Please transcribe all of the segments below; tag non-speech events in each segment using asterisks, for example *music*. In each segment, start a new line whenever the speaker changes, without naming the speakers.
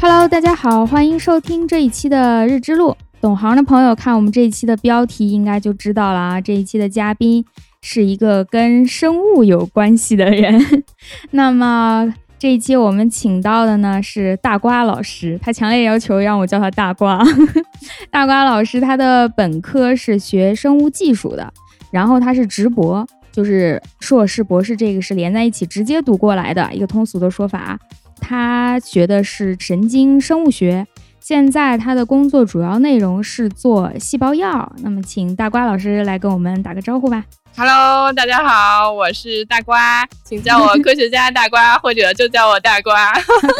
Hello，大家好，欢迎收听这一期的日之路。懂行的朋友看我们这一期的标题，应该就知道了啊。这一期的嘉宾是一个跟生物有关系的人。 *laughs* 那么这一期我们请到的呢是大瓜老师，他强烈要求让我叫他大瓜。 *laughs* 大瓜老师他的本科是学生物技术的，然后他是直博，就是硕士、博士这个是连在一起直接读过来的一个通俗的说法。啊他学的是神经生物学，现在他的工作主要内容是做细胞药。那么，请大瓜老师来跟我们打个招呼吧。
Hello，大家好，我是大瓜，请叫我科学家大瓜，或者就叫我大 *laughs* 瓜。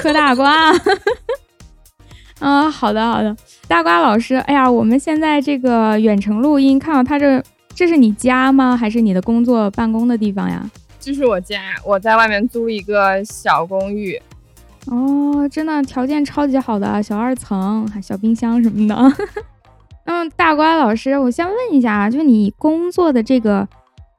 科大瓜。 *laughs* 嗯，好的好的，大瓜老师，哎呀，我们现在这个远程录音，看到他这，这是你家吗？还是你的工作办公的地方呀？
这是我家，我在外面租一个小公寓。
哦，真的条件超级好的，小二层，还小冰箱什么的。 *laughs* 嗯，大瓜老师，我先问一下啊，就你工作的这个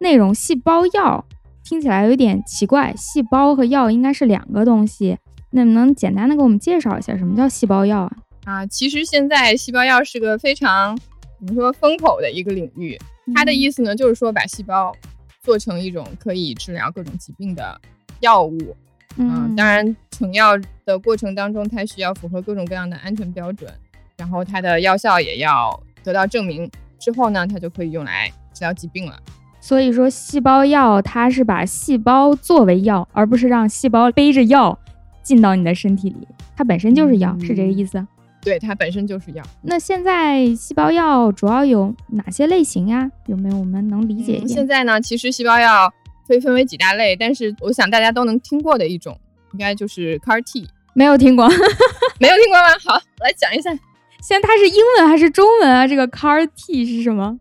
内容，细胞药听起来有点奇怪，细胞和药应该是两个东西，那能简单的给我们介绍一下什么叫细胞药啊？
啊，其实现在细胞药是个非常怎么说风口的一个领域。它的意思呢，就是说把细胞做成一种可以治疗各种疾病的药物。嗯，当然，成药的过程当中，它需要符合各种各样的安全标准，然后它的药效也要得到证明之后呢，它就可以用来治疗疾病了。
所以说，细胞药它是把细胞作为药，而不是让细胞背着药进到你的身体里，它本身就是药，
嗯
是这个意思。啊
对，它本身就是药。
那现在细胞药主要有哪些类型呀？有没有我们能理解一
嗯
点？
现在呢，其实细胞药可以分为几大类，但是我想大家都能听过的一种，应该就是 CAR T。 *laughs*
没有听过， *laughs*
没有听过吗？好，我来讲一下
现在它是英文还是中文啊？这个 CAR T 是什么？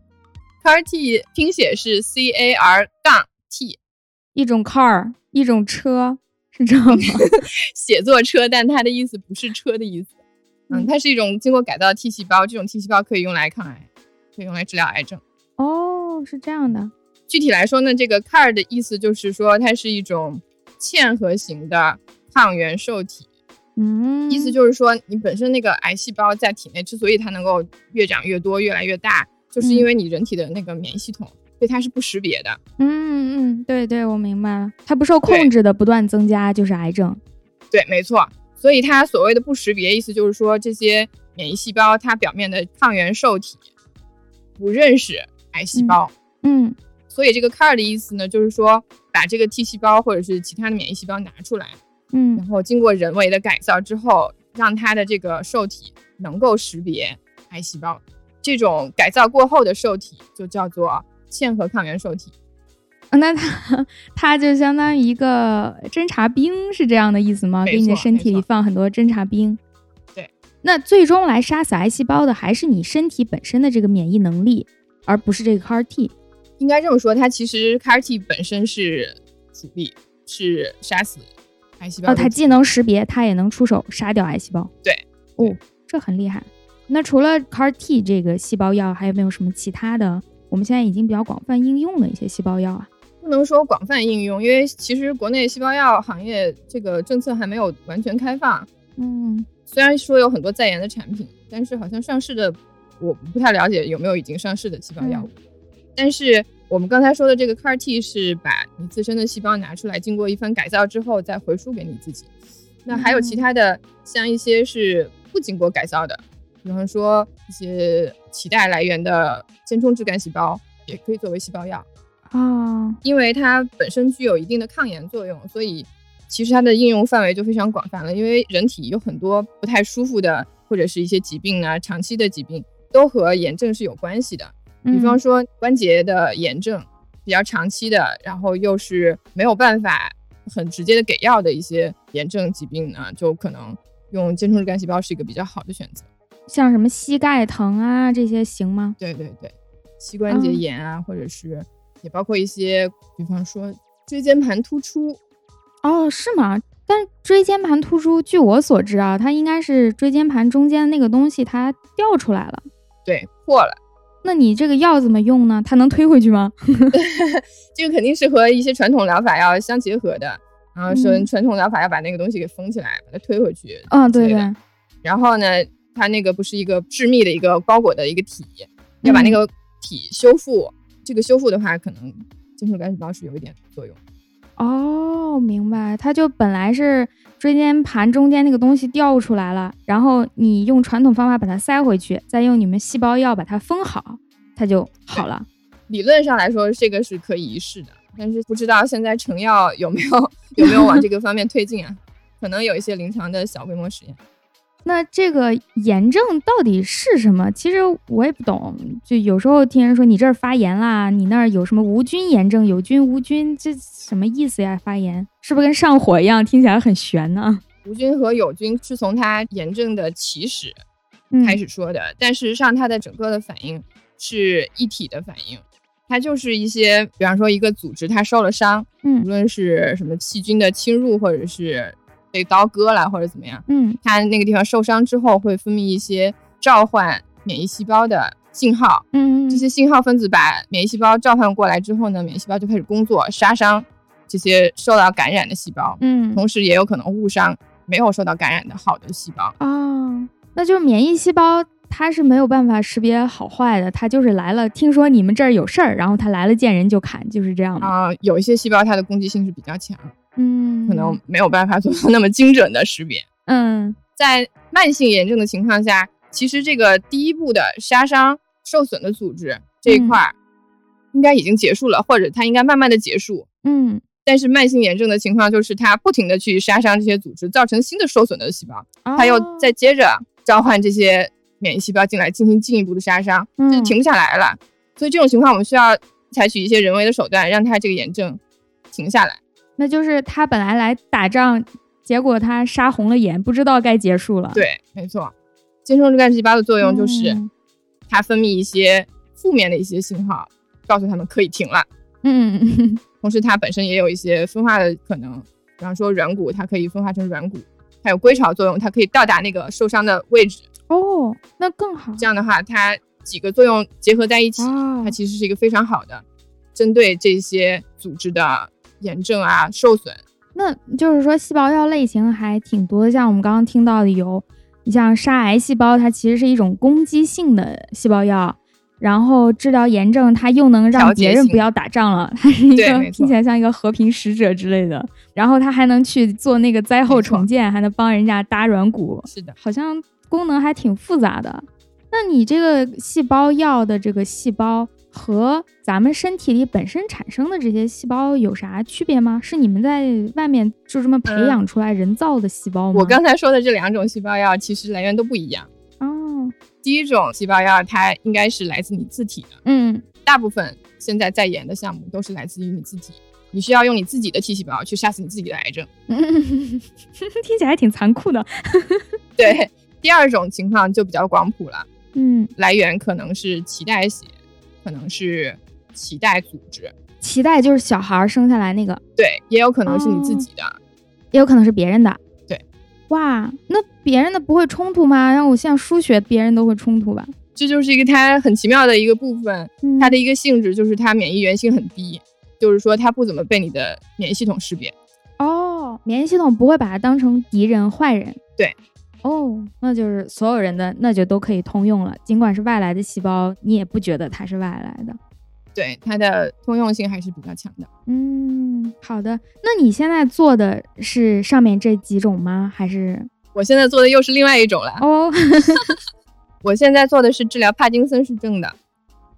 CAR T 拼写是 C A R 杠 T，
一种 car，一种车，是这样
*laughs*
吗？
写作车，但它的意思不是车的意思。嗯，
嗯
它是一种经过改造的 T 细胞，这种 T 细胞可以用来抗癌，可以用来治疗癌症。
哦，是这样的。
具体来说呢，这个 CAR 的意思就是说它是一种嵌合型的抗原受体，
嗯，
意思就是说你本身那个癌细胞在体内之所以它能够越长越多、越来越大，就是因为你人体的那个免疫系统对它是不识别的。
嗯嗯，对对，我明白了，它不受
对
控制的不断增加就是癌症。
对，没错。所以它所谓的不识别，意思就是说这些免疫细胞它表面的抗原受体不认识癌细胞。
嗯
所以这个 CAR 的意思呢，就是说把这个 T 细胞或者是其他的免疫细胞拿出来，
嗯
然后经过人为的改造之后，让它的这个受体能够识别癌细胞。这种改造过后的受体就叫做嵌合抗原受体。
那它它就相当于一个侦察兵，是这样的意思吗？
没
给你的
错
身体
没
里
错
放很多侦察兵。
对，
那最终来杀死癌细胞的还是你身体本身的这个免疫能力，而不是这个 CAR T。
应该这么说，它其实 CAR T 本身是主力，是杀死癌细胞
哦，
的
它既能识别，它也能出手杀掉癌细胞。
对，
哦，这很厉害。那除了 CAR T 这个细胞药，还有没有什么其他的？我们现在已经比较广泛应用的一些细胞药啊？
不能说广泛应用，因为其实国内细胞药行业这个政策还没有完全开放。
嗯，
虽然说有很多在研的产品，但是好像上市的我不太了解有没有已经上市的细胞药物。但是我们刚才说的这个 CAR T 是把你自身的细胞拿出来，经过一番改造之后再回输给你自己。那还有其他的，像一些是不经过改造的，比方说一些脐带来源的间充质干细胞，也可以作为细胞药。
哦，
因为它本身具有一定的抗炎作用，所以其实它的应用范围就非常广泛了。因为人体有很多不太舒服的，或者是一些疾病啊，长期的疾病都和炎症是有关系的。比
嗯
方说关节的炎症，比较长期的，然后又是没有办法很直接的给药的一些炎症疾病呢，就可能用间充质干细胞是一个比较好的选择。
像什么膝盖疼啊这些行吗？
对对对，膝关节
嗯
炎啊，或者是也包括一些，比方说椎间盘突出。
哦，是吗？但是椎间盘突出，据我所知啊，它应该是椎间盘中间的那个东西它掉出来了。
对，破了。
那你这个药怎么用呢？它能推回去吗？
这个肯定是和一些传统疗法要相结合的。然后说
嗯
传统疗法要把那个东西给封起来，把它推回去。
*laughs* 嗯、对
之类
对
的。然后呢，它那个不是一个致密的一个包裹的一个体，要把那个体修复。这个修复的话，可能金属干细胞是有一点作用。
哦，明白，它就本来是椎间盘中间那个东西掉出来了，然后你用传统方法把它塞回去，再用你们细胞药把它封好，它就好了。
理论上来说，这个是可以一试的，但是不知道现在成药有没有有没有往这个方面推进啊？可能有一些临床的小规模实验。
那这个炎症到底是什么？其实我也不懂，就有时候听人说你这儿发炎啦，你那儿有什么无菌炎症，有菌无菌，这什么意思呀？发炎是不是跟上火一样？听起来很玄呢。
无菌和有菌是从它炎症的起始
嗯
开始说的，但事实上它的整个的反应是一体的反应，它就是一些，比方说一个组织它受了伤，无
嗯
论是什么细菌的侵入，或者是被刀割了，或者怎么样，
嗯
它那个地方受伤之后会分泌一些召唤免疫细胞的信号，
嗯，
这些信号分子把免疫细胞召唤过来之后呢，免疫细胞就开始工作，杀伤这些受到感染的细胞，
嗯
同时也有可能误伤没有受到感染的好的细胞。
哦，那就是免疫细胞它是没有办法识别好坏的，它就是来了，听说你们这儿有事儿，然后它来了见人就砍，就是这样的。
啊、有一些细胞它的攻击性是比较强，
嗯，
可能没有办法做到那么精准的识别。
嗯
在慢性炎症的情况下，其实这个第一步的杀伤受损的组织这
嗯
一块儿，应该已经结束了，或者它应该慢慢的结束。
嗯
但是慢性炎症的情况就是它不停的去杀伤这些组织，造成新的受损的细胞，它又
哦
再接着召唤这些免疫细胞进来进行进一步的杀伤，这就
嗯
停不下来了。所以这种情况我们需要采取一些人为的手段，让它这个炎症停下来。
那就是他本来来打仗，结果他杀红了眼，不知道该结束了。，
对，没错，接受干细胞的作用就是
嗯
它分泌一些负面的一些信号，告诉他们可以停了。
嗯嗯嗯
同时，它本身也有一些分化的可能，比方说软骨，它可以分化成软骨，还有归巢作用，它可以到达那个受伤的位置。
哦，那更好。
这样的话，它几个作用结合在一起，
哦
它其实是一个非常好的针对这些组织的炎症啊、受损。
那就是说，细胞药类型还挺多的，像我们刚刚听到的有，你像杀癌细胞，它其实是一种攻击性的细胞药，然后治疗炎症，它又能让
调节
别人
性
不要打仗了，它是一
对
个
没错
听起来像一个和平使者之类的，然后它还能去做那个灾后
没错
重建，还能帮人家搭软骨，
是的，
好像功能还挺复杂的。那你这个细胞药的这个细胞和咱们身体里本身产生的这些细胞有啥区别吗？是你们在外面就这么培养出来人造的细胞吗？
嗯我刚才说的这两种细胞药其实来源都不一样。
哦，
第一种细胞药，它应该是来自你自体的。
嗯
大部分现在在研的项目都是来自于你自己，你需要用你自己的 T 细胞去杀死你自己的癌症。
嗯， *laughs* 听起来还挺残酷的。
对，第二种情况就比较广谱了，
嗯，
来源可能是脐带血，可能是脐带组织，
脐带就是小孩儿生下来那个，
对，哦也有可能是你自己的。
也有可能是别人的。
对，
哇，那别人的不会冲突吗？让我像输血，别人都会冲突吧？
这就是一个它很奇妙的一个部分，
嗯
它的一个性质就是它免疫原性很低，就是说它不怎么被你的免疫系统识别。
哦，免疫系统不会把它当成敌人、坏人。
对。
哦，那就是所有人的，那就都可以通用了。尽管是外来的细胞，你也不觉得它是外来的。
对它的通用性还是比较强的，
嗯，好的。那你现在做的是上面这几种吗？还是
我现在做的又是另外一种了。
哦， *laughs*
我现在做的是治疗帕金森氏症的。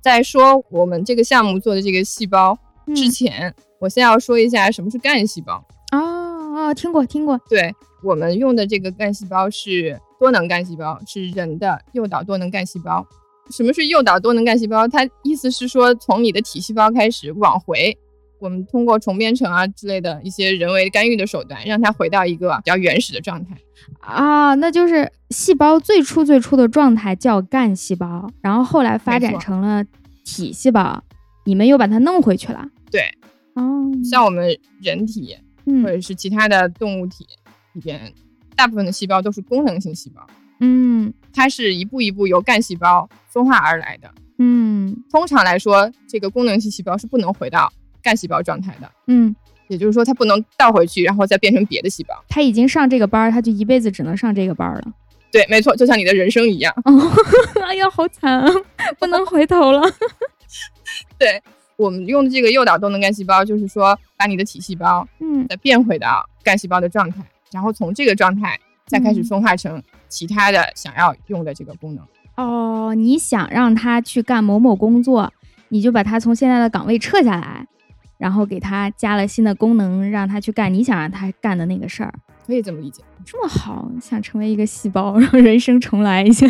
在说我们这个项目做的这个细胞
嗯
之前，我先要说一下什么是干细胞。
哦哦，听过听过。
对我们用的这个干细胞是多能干细胞，是人的诱导多能干细胞。什么是诱导多能干细胞？它意思是说，从你的体细胞开始往回，我们通过重编程啊之类的一些人为干预的手段，让它回到一个比较原始的状态。
啊，那就是细胞最初最初的状态叫干细胞，然后后来发
没
展
错
成了体细胞，你们又把它弄回去了。
对，
哦，
像我们人体或
嗯
者是其他的动物体里边，大部分的细胞都是功能性细胞，
嗯
它是一步一步由干细胞分化而来的。
嗯
通常来说，这个功能性细胞是不能回到干细胞状态的，
嗯，
也就是说，它不能倒回去，然后再变成别的细胞。
他已经上这个班儿，他就一辈子只能上这个班儿了。
对，没错，就像你的人生一样。
哦， *laughs* 哎呀，好惨啊，不能回头了。
对我们用的这个诱导动能干细胞，就是说把你的体细胞
*laughs* 嗯
再变回到干细胞的状态，然后从这个状态再开始
嗯
分化成其他的想要用的这个功能。
哦，你想让他去干某某工作，你就把他从现在的岗位撤下来，然后给他加了新的功能，让他去干你想让他干的那个事儿。
可以这么理解。
这么好，想成为一个细胞， *laughs* 让人生重来一下。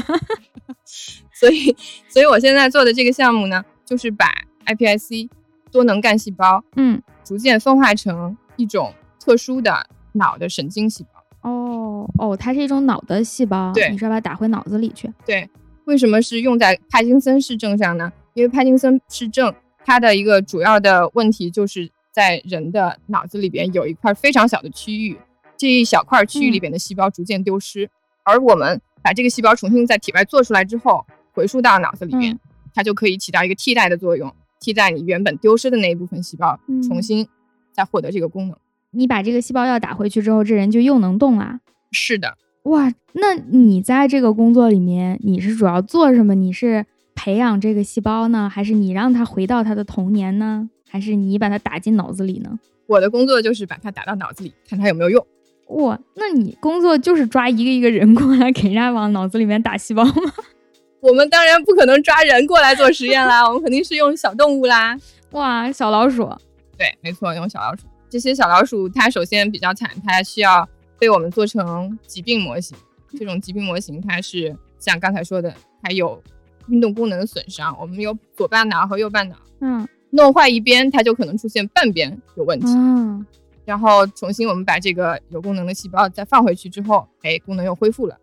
所以，所以我现在做的这个项目呢，就是把 iPSC 多能干细胞
嗯，
逐渐分化成一种特殊的脑的神经细胞。
哦哦，它是一种脑的细胞，
对
你是要把它打回脑子里去。
对，为什么是用在帕金森氏症上呢？因为帕金森氏症它的一个主要的问题就是在人的脑子里边有一块非常小的区域，这一小块区
嗯
域里边的细胞逐渐丢失，而我们把这个细胞重新在体外做出来之后，回输到脑子里面，
嗯
它就可以起到一个替代的作用，替代你原本丢失的那一部分细胞，
嗯
重新再获得这个功能。
你把这个细胞药打回去之后，这人就又能动啦。
是的，
哇，那你在这个工作里面，你是主要做什么？你是培养这个细胞呢，还是你让它回到它的童年呢？还是你把它打进脑子里呢？
我的工作就是把它打到脑子里，看它有没有用。
哇，那你工作就是抓一个一个人过来，给人家往脑子里面打细胞吗？ *laughs*
我们当然不可能抓人过来做实验啦，我们肯定是用小动物啦。
哇，小老鼠，
*laughs* 对，没错，用小老鼠。这些小老鼠它首先比较惨，它需要被我们做成疾病模型。这种疾病模型它是像刚才说的，它有运动功能的损伤，我们有左半脑和右半脑，
嗯
弄坏一边它就可能出现半边有问题。
啊，
然后重新我们把这个有功能的细胞再放回去之后，哎，功能又恢复了。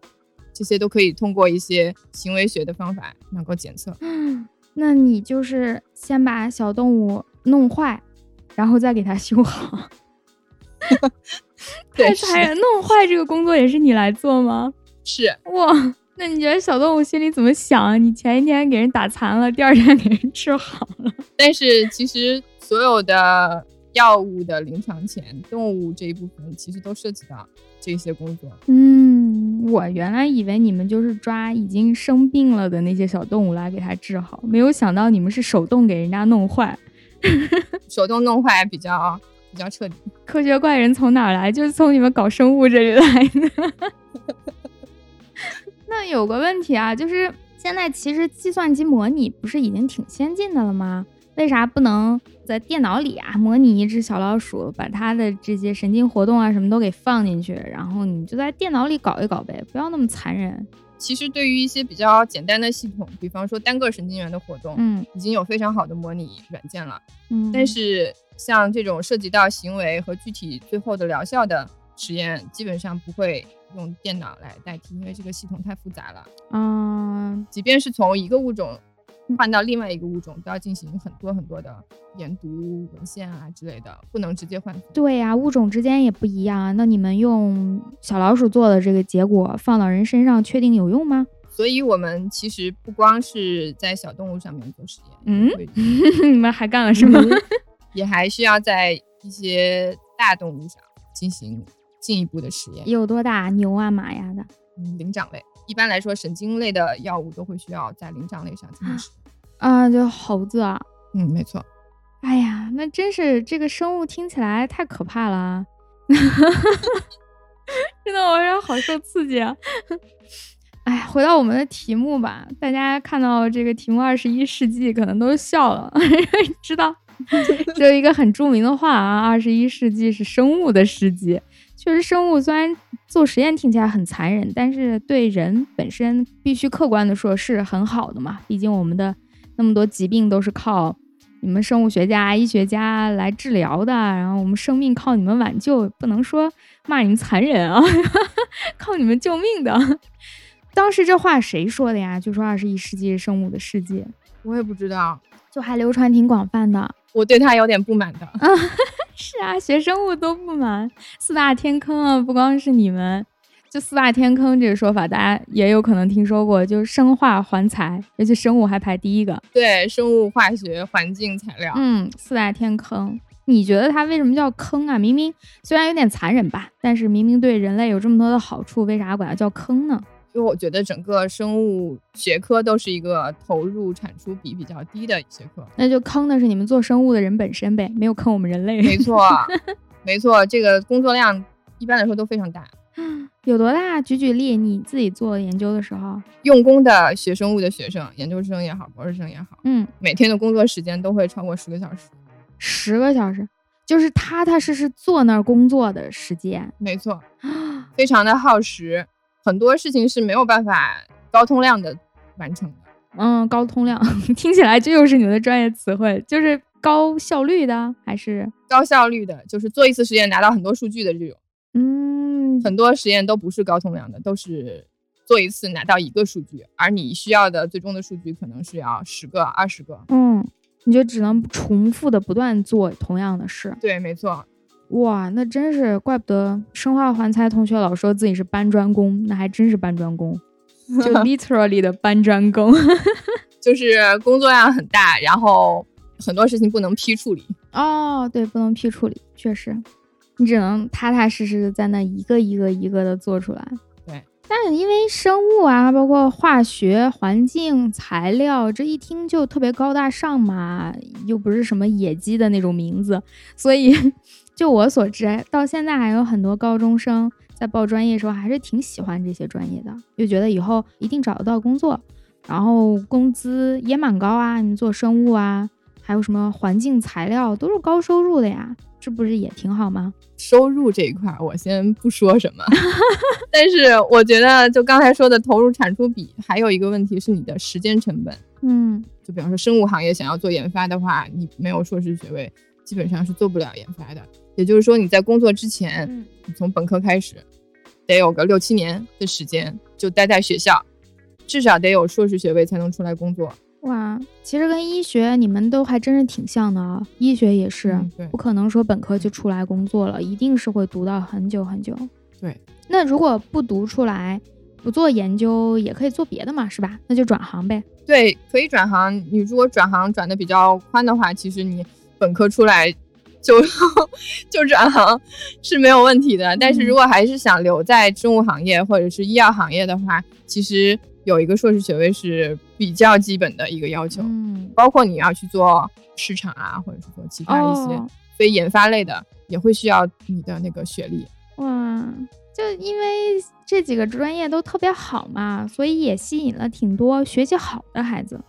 这些都可以通过一些行为学的方法能够检测。
那你就是先把小动物弄坏，然后再给它修好。*laughs*
对
太
是
残忍，弄坏这个工作也是你来做吗？
是，
哇，那你觉得小动物心里怎么想？啊你前一天给人打残了，第二天给人治好了，
但是其实所有的药物的临床前，动物这一部分其实都涉及到这些工作。
嗯，我原来以为你们就是抓已经生病了的那些小动物来给它治好，没有想到你们是手动给人家弄坏。
手动弄坏比较比较彻底。
科学怪人从哪儿来？就是从你们搞生物这里来的。 *laughs* 那有个问题啊，就是现在其实计算机模拟不是已经挺先进的了吗？为啥不能在电脑里啊模拟一只小老鼠，把它的这些神经活动啊什么都给放进去，然后你就在电脑里搞一搞呗，不要那么残忍。
其实对于一些比较简单的系统，比方说单个神经元的活动，
嗯
已经有非常好的模拟软件了。
嗯，
但是像这种涉及到行为和具体最后的疗效的实验，基本上不会用电脑来代替，因为这个系统太复杂了。
嗯
即便是从一个物种换到另外一个物种，都要进行很多很多的研读文献啊之类的，不能直接换。
对呀、物种之间也不一样啊。那你们用小老鼠做的这个结果放到人身上，确定有用吗？
所以我们其实不光是在小动物上面做实验，
嗯
对，
*laughs* 你们还干了什么？
*laughs* 也还需要在一些大动物上进行进一步的实验，
有多大？牛啊，马呀的。
嗯，灵长类。一般来说，神经类的药物都会需要在灵长类上进行实验。
啊，就猴子啊。
嗯，没错。
哎呀，那真是这个生物听起来太可怕了啊。 *laughs* 真的，我说好受刺激啊。哎，回到我们的题目吧，大家看到这个题目“二十一世纪”，可能都笑了， *laughs* 知道 *laughs* 只有一个很著名的话啊，“二十一世纪是生物的世纪”。确实，生物虽然做实验听起来很残忍，但是对人本身必须客观的说是很好的嘛。毕竟我们的那么多疾病都是靠你们生物学家、医学家来治疗的，然后我们生命靠你们挽救，不能说骂你们残忍啊， *laughs* 靠你们救命的。当时这话谁说的呀？就说二十一世纪是生物的世界，
我也不知道，
就还流传挺广泛的。
我对它有点不满的。 *laughs*
是啊，学生物都不满，四大天坑啊，不光是你们，就四大天坑这个说法，大家也有可能听说过，就是生化环材，而且生物还排第一个。
对，生物、化学、环境、材料，
嗯，四大天坑，你觉得它为什么叫坑啊？明明虽然有点残忍吧，但是明明对人类有这么多的好处，为啥管它叫坑呢？
因为我觉得整个生物学科都是一个投入产出比比较低的学科。
那就坑的是你们做生物的人本身呗，没有坑我们人类。 *laughs*
没错，没错，这个工作量一般来说都非常大。
有多大？举举例，你自己做研究的时候，
用功的学生物的学生，研究生也好，博士生也好，
嗯，
每天的工作时间都会超过十个小时。
十个小时，就是踏踏实实坐那儿工作的时间
没错，
啊，
非常的耗时，很多事情是没有办法高通量的完成的。
嗯，高通量， *laughs* 听起来这又是你们的专业词汇，就是高效率的，还是
高效率的，就是做一次实验拿到很多数据的这种，
嗯，
很多实验都不是高通量的，都是做一次拿到一个数据，而你需要的最终的数据可能是要十个、二十个。
嗯，你就只能重复的不断做同样的事。
对，没错，
哇，那真是怪不得生化环材同学老说自己是搬砖工，那还真是搬砖工，就 literally 的搬砖工。
就是工作量很大，然后很多事情不能批处理。
哦，对，不能批处理，确实，你只能踏踏实实的在那一个一个一个的做出来。
对，
但是因为生物啊，包括化学、环境、材料，这一听就特别高大上嘛，又不是什么野鸡的那种名字，所以 *laughs* 就我所知，到现在还有很多高中生在报专业的时候还是挺喜欢这些专业的，就觉得以后一定找得到工作，然后工资也蛮高啊，你做生物啊，还有什么环境材料都是高收入的呀，这不是也挺好吗？
收入这一块儿，我先不说什么，但是我觉得就刚才说的投入产出比，还有一个问题是你的时间成本。
嗯，
就比方说生物行业想要做研发的话，你没有硕士学位，基本上是做不了研发的。也就是说，你在工作之前，
嗯
你从本科开始，得有个六七年的时间就待在学校，至少得有硕士学位才能出来工作。
哇，其实跟医学你们都还真是挺像的啊，医学也是，
嗯对
不可能说本科就出来工作了，一定是会读到很久很久。
对，
那如果不读出来，不做研究也可以做别的嘛，是吧？那就转行呗。
对，可以转行。你如果转行转的比较宽的话，其实你本科出来就 *laughs* 就转行是没有问题的。但
嗯
是如果还是想留在生物行业或者是医药行业的话，其实有一个硕士学位是比较基本的一个要求，
嗯，
包括你要去做市场啊，或者是做其他一些
哦，
非研发类的，也会需要你的那个学历。
哇，就因为这几个专业都特别好嘛，所以也吸引了挺多学习好的孩子。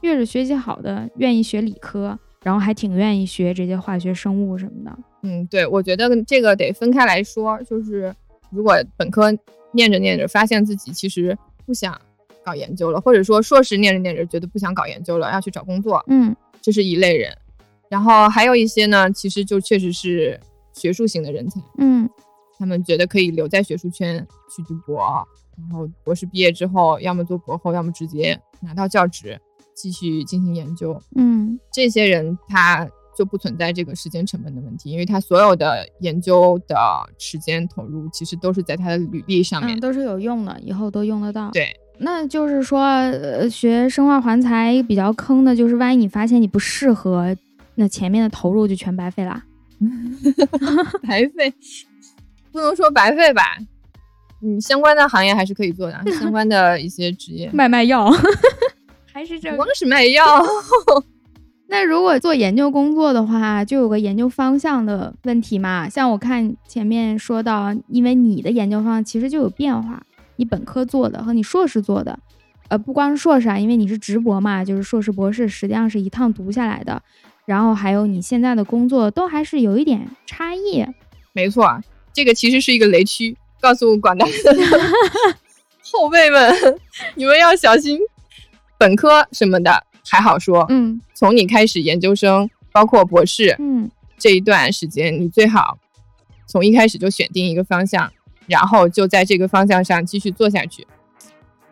越是学习好的，愿意学理科，然后还挺愿意学这些化学、生物什么的。
嗯，对，我觉得这个得分开来说，就是如果本科念着念着，发现自己其实不想搞研究了，或者说硕士念着念着觉得不想搞研究了，要去找工作，
嗯，
这是一类人。然后还有一些呢，其实就确实是学术型的人才，
嗯
他们觉得可以留在学术圈去读博，然后博士毕业之后，要么做博后，要么直接拿到教职，继续进行研究。
嗯
这些人他就不存在这个时间成本的问题，因为他所有的研究的时间投入其实都是在他的履历上面。
嗯，都是有用的，以后都用得到。
对，
那就是说，呃，学生化环材比较坑的，就是万一你发现你不适合，那前面的投入就全白费啦。嗯
白费不能说白费吧，嗯，相关的行业还是可以做的，啊相关的一些
*laughs*
职业，
卖卖药，还是这
不光是卖药。
那如果做研究工作的话，就有个研究方向的问题嘛。像我看前面说到，因为你的研究方向其实就有变化，你本科做的和你硕士做的，呃，不光是硕士啊，因为你是直博嘛，就是硕士博士实际上是一趟读下来的，然后还有你现在的工作都还是有一点差异。
没错，啊这个其实是一个雷区，告诉广
*laughs*
大的后辈们，你们要小心。本科什么的还好说，
嗯
从你开始研究生，包括博士，
嗯
这一段时间，你最好从一开始就选定一个方向，然后就在这个方向上继续做下去。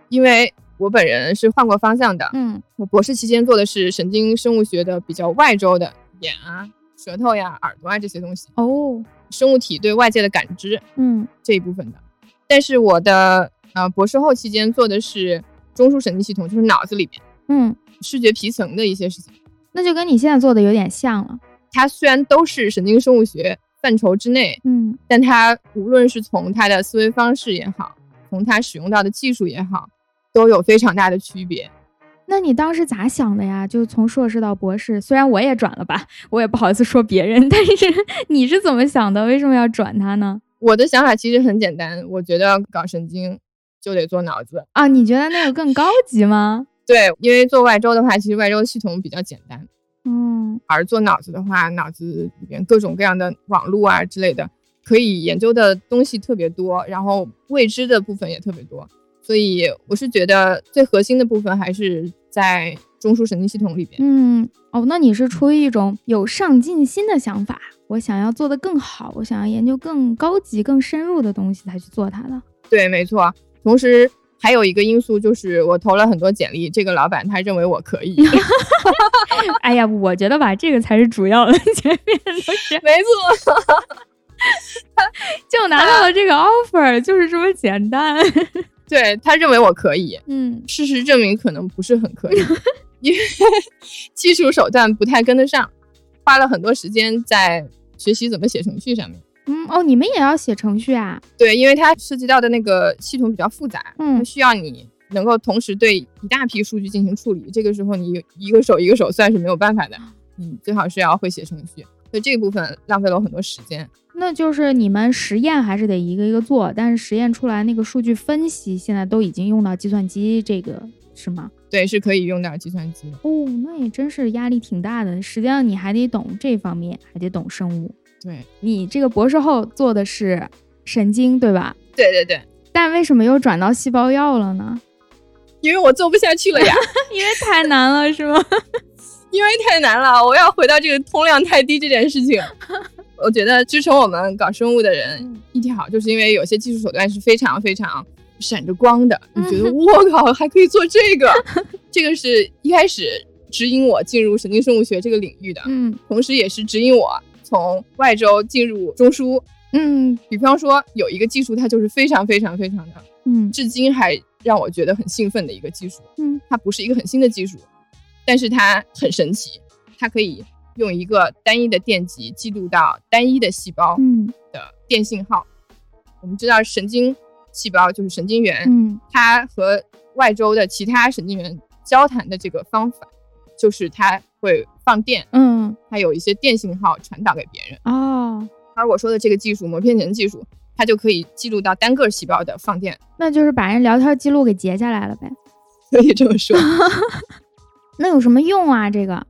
因为我本人是换过方向的，
嗯
我博士期间做的是神经生物学的比较外周的眼啊、舌头呀、耳朵啊这些东西，
哦
生物体对外界的感知
嗯
这一部分的。但是我的呃博士后期间做的是中枢神经系统，就是脑子里面
嗯，
视觉皮层的一些事情。
那就跟你现在做的有点像了。
它虽然都是神经生物学范畴之内，
嗯
但他无论是从他的思维方式也好，从它使用到的技术也好，都有非常大的区别。
那你当时咋想的呀？就从硕士到博士，虽然我也转了吧，我也不好意思说别人， *laughs* 但是你是怎么想的？为什么要转它呢？
我的想法其实很简单，我觉得搞神经就得做脑子。
啊，你觉得那个更高级吗？
对，因为做外周的话，其实外周系统比较简单，
嗯
而做脑子的话，脑子里面各种各样的网络啊之类的，可以研究的东西特别多，然后未知的部分也特别多，所以我是觉得最核心的部分还是在中枢神经系统里边。
嗯，哦，那你是出于一种有上进心的想法，我想要做得更好，我想要研究更高级、更深入的东西才去做它的。
对，没错。啊同时还有一个因素就是，我投了很多简历，这个老板他认为我可以。
*laughs* 哎呀，我觉得吧，这个才是主要的， *laughs* 前面都是
没错，
就拿到了这个 offer，就是这么简单。
对他认为我可以。
嗯
事实证明，可能不是很可以，因为 *laughs* 技术手段不太跟得上，花了很多时间在学习怎么写程序上面。
嗯，哦，你们也要写程序啊？
对，因为它涉及到的那个系统比较复杂，
嗯
它需要你能够同时对一大批数据进行处理，这个时候你一个手一个手算是没有办法的，你最好是要会写程序，所以这个部分浪费了我很多时间。
那就是你们实验还是得一个一个做，但是实验出来那个数据分析现在都已经用到计算机这个是吗？
对，是可以用到计算机的。
哦，那也真是压力挺大的。实际上你还得懂这方面，还得懂生物。
对，
你这个博士后做的是神经，对吧？
对对对，
但为什么又转到细胞药了呢？
因为我做不下去 *laughs* 了呀，
*laughs* 因为太难了，是吗？
因为太难了，我要回到这个通量太低这件事 *laughs* 情。我觉得支撑我们搞生物的人
嗯
一条，就是因为有些技术手段是非常非常闪着光的，你觉得
嗯
我靠还可以做这个，这个是一开始指引我进入神经生物学这个领域的，
嗯
同时也是指引我从外周进入中枢。
嗯
比方说有一个技术，它就是非常非常非常的
嗯
至今还让我觉得很兴奋的一个技术。
嗯，
它不是一个很新的技术，但是它很神奇，它可以用一个单一的电极记录到单一的细胞
嗯
的电信号。我们知道神经细胞就是神经元，
嗯
它和外周的其他神经元交谈的这个方法，就是它会放电，
嗯
它有一些电信号传导给别人。
哦，
而我说的这个技术膜片前技术，它就可以记录到单个细胞的放电，
那就是把人聊天记录给截下来了呗。
可以这么说。
那有什么用啊？这个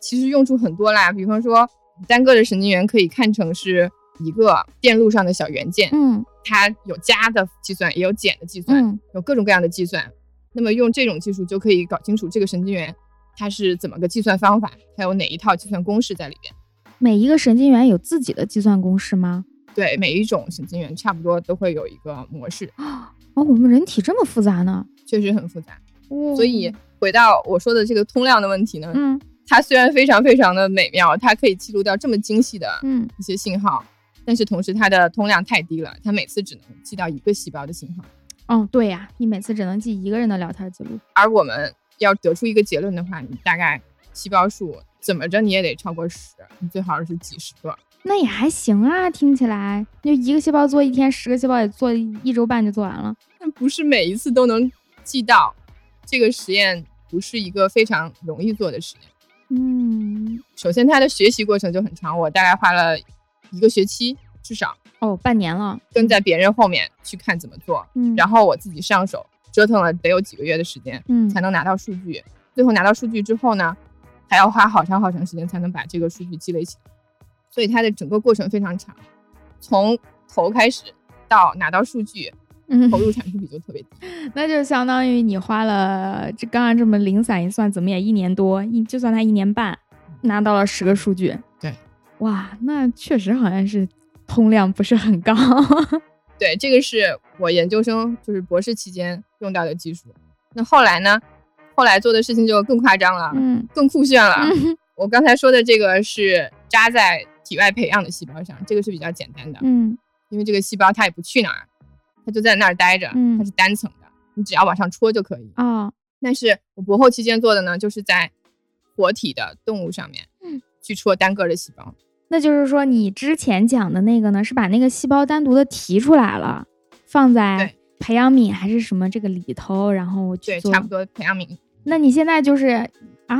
其实用处很多啦，比方说单个的神经元可以看成是一个电路上的小元件，
嗯
它有加的计算，也有减的计算，
嗯
有各种各样的计算。那么用这种技术就可以搞清楚这个神经元它是怎么个计算方法，还有哪一套计算公式在里边。
每一个神经元有自己的计算公式吗？
对，每一种神经元差不多都会有一个模式，
哦，我们人体这么复杂呢？
确实很复杂。
哦
所以回到我说的这个通量的问题呢，
嗯
它虽然非常非常的美妙，它可以记录到这么精细的
嗯
一些信号，但是同时它的通量太低了，它每次只能记到一个细胞的信号。
哦，对呀、你每次只能记一个人的聊天记录。
而我们要得出一个结论的话，你大概细胞数怎么着你也得超过十，你最好是几十个。
那也还行啊，听起来就一个细胞做一天，十个细胞也做一周半就做完了。
但不是每一次都能记到，这个实验不是一个非常容易做的实验。
嗯，
首先，它的学习过程就很长，我大概花了一个学期至少
哦，半年了。
跟在别人后面去看怎么做，
嗯，
然
后
后我自己上手折腾了得有几个月的时间。
嗯
才能拿到数据。最后拿到数据之后呢，还要花好长好长时间才能把这个数据积累起来，所以它的整个过程非常长，从头开始到拿到数据，
嗯
投，入产出比就特别低。
那就相当于你花了这刚刚这么零散一算，怎么也一年多，一就算他一年半，拿到了十个数据。
嗯对，
哇，那确实好像是通量不是很
*laughs*
高。
对，这个是我研究生就是博士期间用到的技术。那后来呢？后来做的事情就更夸张了，
嗯
更酷炫了。
嗯
我刚才说的这个是扎在体外培养的细胞上，这个是比较简单的。
嗯
因为这个细胞它也不去哪儿，它就在那儿待着，
嗯
它是单层的，你只要往上戳就可以。
哦，
但是我博后期间做的呢，就是在活体的动物上面，
嗯
去戳单个的细胞。
那就是说你之前讲的那个呢，是把那个细胞单独的提出来了，放在
对
培养皿还是什么这个里头，然后我去
对，
做。
差不多培养皿
那你现在就是啊，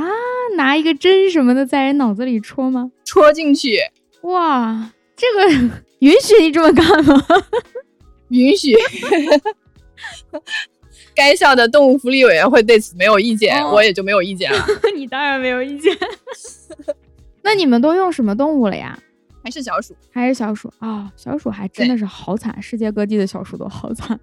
拿一个针什么的在人脑子里戳吗？
戳进去，
哇，这个 *laughs* 允许你这么干吗？ *laughs*
允许。该校的动物福利委员会对此没有意见，
哦
我也就没有
*laughs*
意见了。
你当然没有意见。 *laughs* 那你们都用什么动物了呀？
还是小鼠，
还是小鼠啊、小鼠还真的是好惨，世界各地的小鼠都好 *laughs* 惨。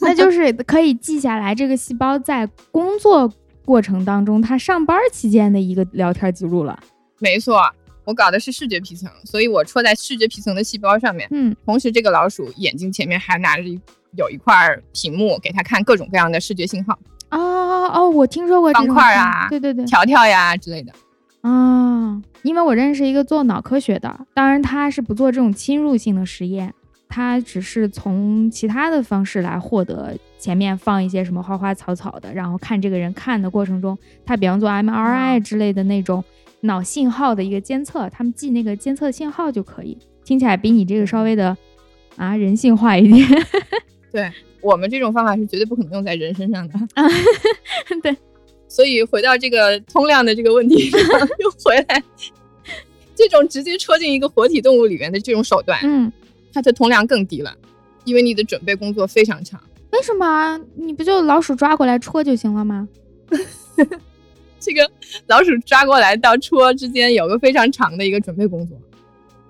那就是可以记下来这个细胞在工作过程当中，它上班期间的一个聊天记录了。
没错，我搞的是视觉皮层，所以我戳在视觉皮层的细胞上面。
嗯，
同时，这个老鼠眼睛前面还拿着一有一块屏幕，给它看各种各样的视觉信号，
哦哦哦，我听说过这种
方块啊
对对对，
条条呀之类的。
啊，因为我认识一个做脑科学的，当然他是不做这种侵入性的实验，他只是从其他的方式来获得。前面放一些什么花花草草的，然后看这个人看的过程中，他比方做 MRI 之类的那种脑信号的一个监测，他们记那个监测信号就可以。听起来比你这个稍微的啊人性化一点。
我们这种方法是绝对不可能用在人身上的。
啊 *laughs* 对，
*laughs* 所以回到这个通量的这个问题
*laughs*
上，又回来，这种直接戳进一个活体动物里面的这种手段，
嗯，
它的通量更低了，因为你的准备工作非常长。
为什么啊你不就老鼠抓过来戳就行了吗？
这个老鼠抓过来到戳之间有个非常长的一个准备工作，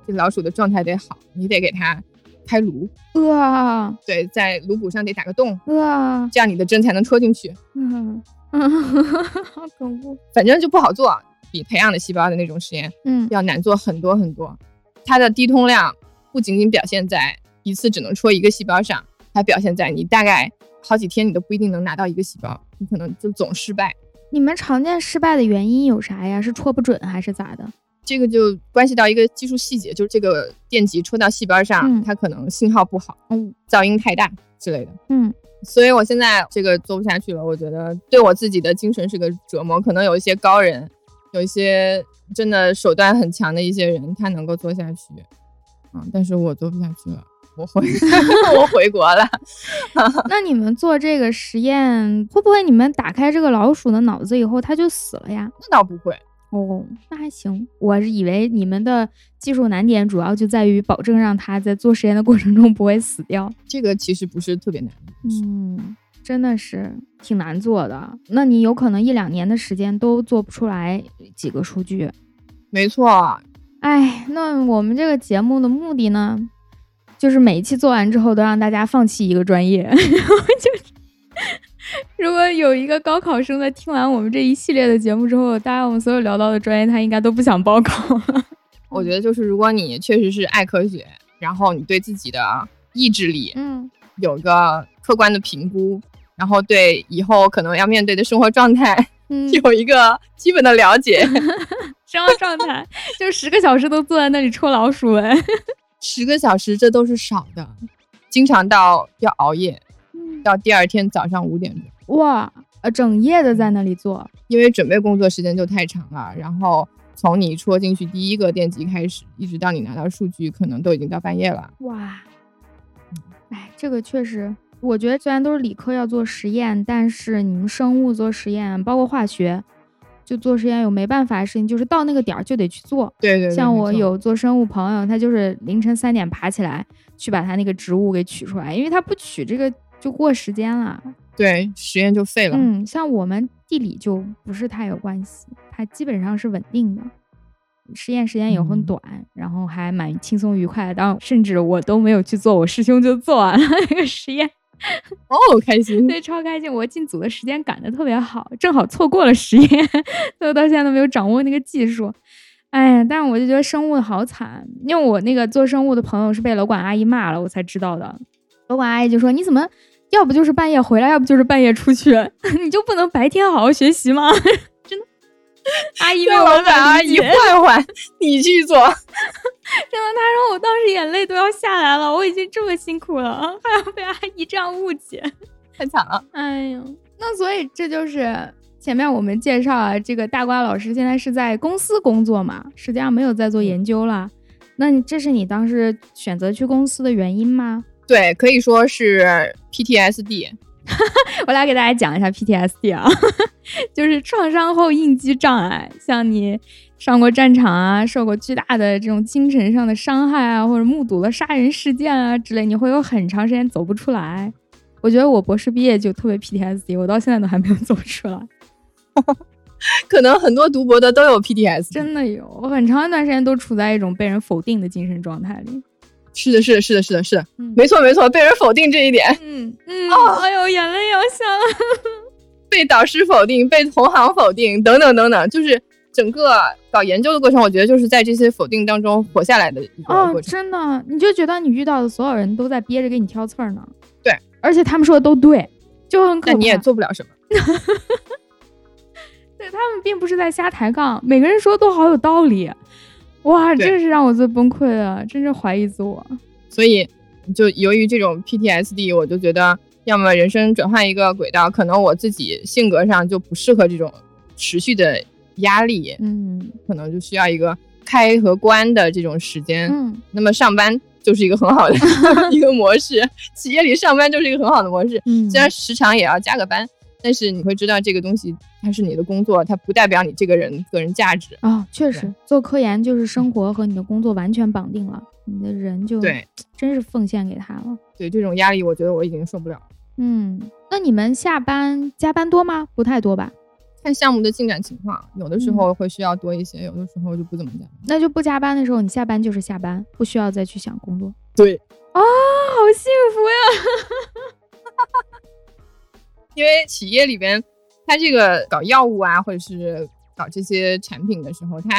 这老鼠的状态得好，你得给它开颅，
呃
对，在颅骨上得打个洞，
呃，
这样你的针才能戳进去。
嗯，好恐怖。
反正就不好做，比培养的细胞的那种实验
嗯
要难做很多很多。它的低通量不仅仅表现在一次只能戳一个细胞上，还表现在你大概好几天你都不一定能拿到一个细胞，你可能就总失败。，
你们常见失败的原因有啥呀？是戳不准还是咋的？
这个就关系到一个技术细节，就是这个电极戳到细胞上，
嗯
它可能信号不好，
嗯
噪音太大之类的。
嗯
所以我现在这个做不下去了，我觉得对我自己的精神是个折磨。可能有一些高人，有一些真的手段很强的一些人，他能够做下去，嗯，但是我做不下去了，
*laughs*
我回我回国了。
那你们做这个实验，会不会你们打开这个老鼠的脑子以后，它就死了呀？
那倒不会，
哦，那还行。我是以为你们的技术难点主要就在于保证让它在做实验的过程中不会死掉。
这个其实不是特别难。
嗯，真的是挺难做的。那你有可能一两年的时间都做不出来几个数据。
没错，
哎，那我们这个节目的目的呢，就是每一期做完之后都让大家放弃一个专业，然 *laughs* 后就是如果有一个高考生在听完我们这一系列的节目之后，大家我们所有聊到的专业，他应该都不想报考了。
我觉得就是如果你确实是爱科学，然后你对自己的意志力
嗯
有个客观的评估，然后对以后可能要面对的生活状态
*laughs* 嗯，
有一个基本的了解。
生活状态就十个小时都坐在那里戳老鼠哎。
十个小时这都是少的，经常到要熬夜，到第二天早上五点钟，
哇，呃，整夜的在那里做，
因为准备工作时间就太长了。然后从你戳进去第一个电极开始，一直到你拿到数据，可能都已经到半夜了。
哇，
嗯
哎，这个确实，我觉得虽然都是理科要做实验，但是你们生物做实验，包括化学，就做实验有没办法的事情，就是到那个点儿就得去做。
对对对，
像
没
我
错
有做生物朋友，他就是凌晨三点爬起来去把他那个植物给取出来，因为他不取这个就过时间了。
对实验就废了。
嗯，像我们地理就不是太有关系，它基本上是稳定的。实验时间也很
嗯
短，然后还蛮轻松愉快的。当然，甚至我都没有去做，我师兄就做完了 *laughs* 那个实验，
哦，开心。
对，超开心。我进组的时间赶得特别好，正好错过了实验， *laughs* 所以我到现在都没有掌握那个技术。哎呀，但是我就觉得生物好惨，因为我那个做生物的朋友是被楼管阿姨骂了，我才知道的。楼管阿姨就说：“你怎么要不就是半夜回来，要不就是半夜出去， *laughs* 你就不能白天好好学习吗？” *laughs* 真的，阿姨没有
让老
办法
板阿
理
姨
解
换换，你去做。
真的，他说我当时眼泪都要下来了，我已经这么辛苦了， *laughs* 还要被阿姨这样误解。
太惨了，
哎呦，那所以这就是前面我们介绍啊，这个大瓜老师现在是在公司工作嘛，实际上没有在做研究了。那你这是你当时选择去公司的原因吗？ *laughs*
对，可以说是 PTSD，
我来给大家讲一下 PTSD 啊， *laughs* 就是创伤后应激障碍，像你上过战场啊，受过巨大的这种精神上的伤害啊，或者目睹了杀人事件啊之类，你会有很长时间走不出来。我觉得我博士毕业就特别 PTSD，我到现在都还没有走出来，
可能很多读博的都有 PTSD。
真的有，我很长一段时间都处在一种被人否定的精神状态里。
是的，是的，是的，是的，是的，
嗯
没错，没错，被人否定这一点，
嗯嗯，哎呦，眼泪要下了。
被导师否定，被同行否定，等等等等，就是整个搞研究的过程，我觉得就是在这些否定当中活下来的一个
哦，
过程。
真的，你就觉得你遇到的所有人都在憋着给你挑刺儿呢。
对，
而且他们说的都对，就很可
但
怕。
你也做不了什么。
对他们并不是在瞎抬杠，每个人说都好有道理。哇，
对
这是让我最崩溃的，真是怀疑自我。
所以就由于这种 PTSD，我就觉得要么人生转换一个轨道，可能我自己性格上就不适合这种持续的压力，
嗯
可能就需要一个开和关的这种时间。
嗯，
那么上班就是一个很
*laughs*
好的一个模式，企业里上班就是一个很好的模式，
嗯
虽然时常也要加个班。但是你会知道这个东西，它是你的工作，它不代表你这个人个人价值。
啊、确实，做科研就是生活和你的工作完全绑定了，你的人就
对，
真是奉献给他了。
对这种压力，我觉得我已经受不了了。
嗯，那你们下班加班多吗？不太多吧？
看项目的进展情况，有的时候会需要多一
嗯
些，有的时候就不怎么加班。
那就不加班的时候，你下班就是下班，不需要再去想工作。
对，
啊、好幸福呀！
因为企业里边，它这个搞药物啊，或者是搞这些产品的时候，它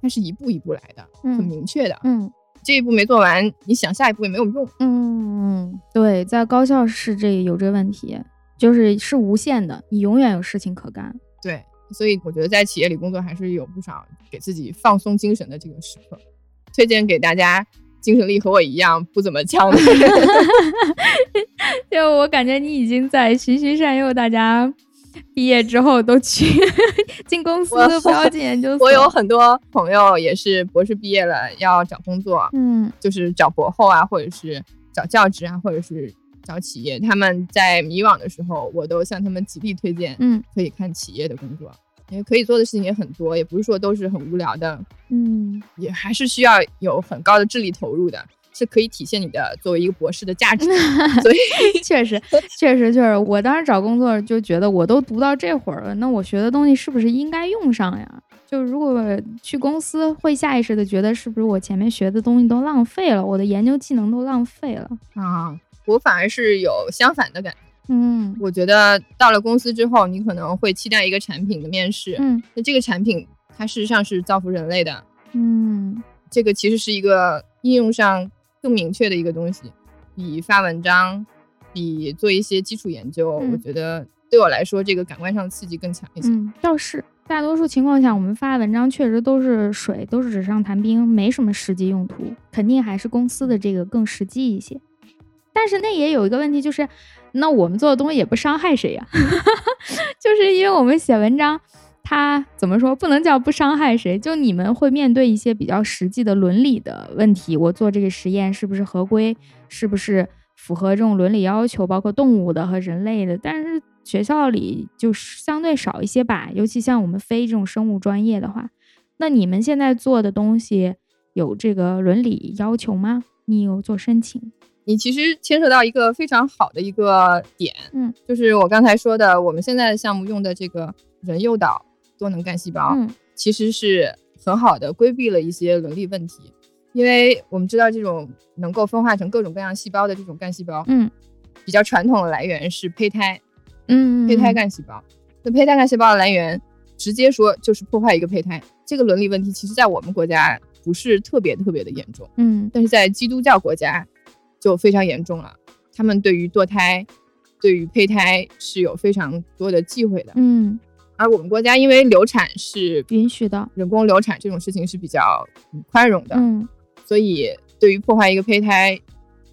它是一步一步来的，
嗯
很明确的。
嗯
这一步没做完，你想下一步也没有用。
嗯，对，在高校是这有这问题，就是是无限的，你永远有事情可干。
对，所以我觉得在企业里工作还是有不少给自己放松精神的这个时刻，推荐给大家。精神力和我一样不怎么强的人，
*laughs* 就我感觉你已经在循循善诱大家。毕业之后都去 *laughs* 进公司
我，
不要进研究所。
我有很多朋友也是博士毕业了要找工作，
嗯
就是找博后啊，或者是找教职啊，或者是找企业，他们在迷惘的时候，我都向他们极力推荐，
嗯
可以看企业的工作，因为可以做的事情也很多，也不是说都是很无聊的，
嗯，
也还是需要有很高的智力投入的，是可以体现你的作为一个博士的价
*laughs*
值的。所以，
确实确实确实，我当时找工作就觉得我都读到这会儿了，那我学的东西是不是应该用上呀？就如果去公司，会下意识的觉得是不是我前面学的东西都浪费了，我的研究技能都浪费了。
啊，我反而是有相反的感觉。
嗯
我觉得到了公司之后，你可能会期待一个产品的面试，
嗯
那这个产品它事实上是造福人类的，
嗯
这个其实是一个应用上更明确的一个东西，比发文章，比做一些基础研究，
嗯
我觉得对我来说，这个感官上刺激更强一些。
嗯，倒是大多数情况下，我们发的文章确实都是水，都是纸上谈兵，没什么实际用途，肯定还是公司的这个更实际一些。但是那也有一个问题，就是那我们做的东西也不伤害谁呀、 *laughs* 就是因为我们写文章，它怎么说不能叫不伤害谁，就你们会面对一些比较实际的伦理的问题，我做这个实验是不是合规，是不是符合这种伦理要求，包括动物的和人类的，但是学校里就是相对少一些吧，尤其像我们非这种生物专业的话，那你们现在做的东西有这个伦理要求吗？你有做申请？
你其实牵涉到一个非常好的一个点，
嗯，
就是我刚才说的，我们现在的项目用的这个人诱导多能干细胞，
嗯
其实是很好的规避了一些伦理问题，因为我们知道这种能够分化成各种各样细胞的这种干细胞，
嗯
比较传统的来源是胚胎，
嗯，
胚胎干细胞。那胚胎干细胞的来源，直接说就是破坏一个胚胎。这个伦理问题，其实在我们国家不是特别特别的严重，
嗯
但是在基督教国家就非常严重了。他们对于堕胎、对于胚胎是有非常多的忌讳的。
嗯
而我们国家因为流产是
允许的，
人工流产这种事情是比较嗯宽容的，
嗯
所以对于破坏一个胚胎，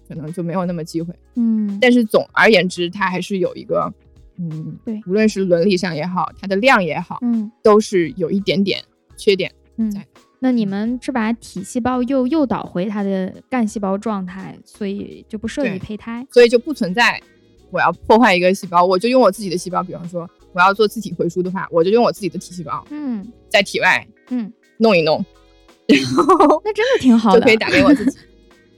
可能就没有那么忌讳。
嗯
但是总而言之，它还是有一个，嗯，
对
无论是伦理上也好，它的量也好，
嗯
都是有一点点缺点。
嗯。那你们是把体细胞又诱导回它的干细胞状态，所以就不涉及
对
胚胎。
所以就不存在我要破坏一个细胞，我就用我自己的细胞，比方说我要做自体回输的话，我就用我自己的 T 细胞
嗯
在体外
嗯，
弄一弄，然后
那真的挺好
就
的，
可以打给我自
*laughs*
己。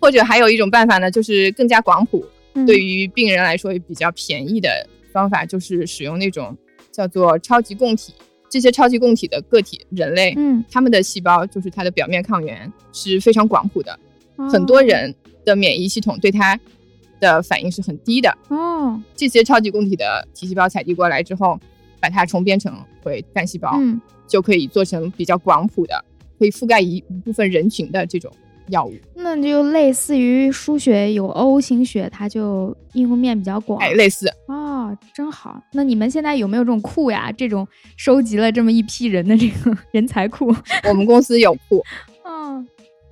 或者还有一种办法呢，就是更加广谱，
嗯
对于病人来说也比较便宜的方法，就是使用那种叫做超级供体。这些超级供体的个体人类，
嗯
他们的细胞就是它的表面抗原是非常广谱的，
哦
很多人的免疫系统对它的反应是很低的。
哦，
这些超级供体的 T 细胞采集过来之后，把它重编程为干细胞，
嗯
就可以做成比较广谱的，可以覆盖一一部分人群的这种药物。
那就类似于输血有 O 型血，它就应用面比较广。
哎，类似，
哦，真好。那你们现在有没有这种库呀？这种收集了这么一批人的这个 *laughs* 人才库？
我们公司有库，
哦，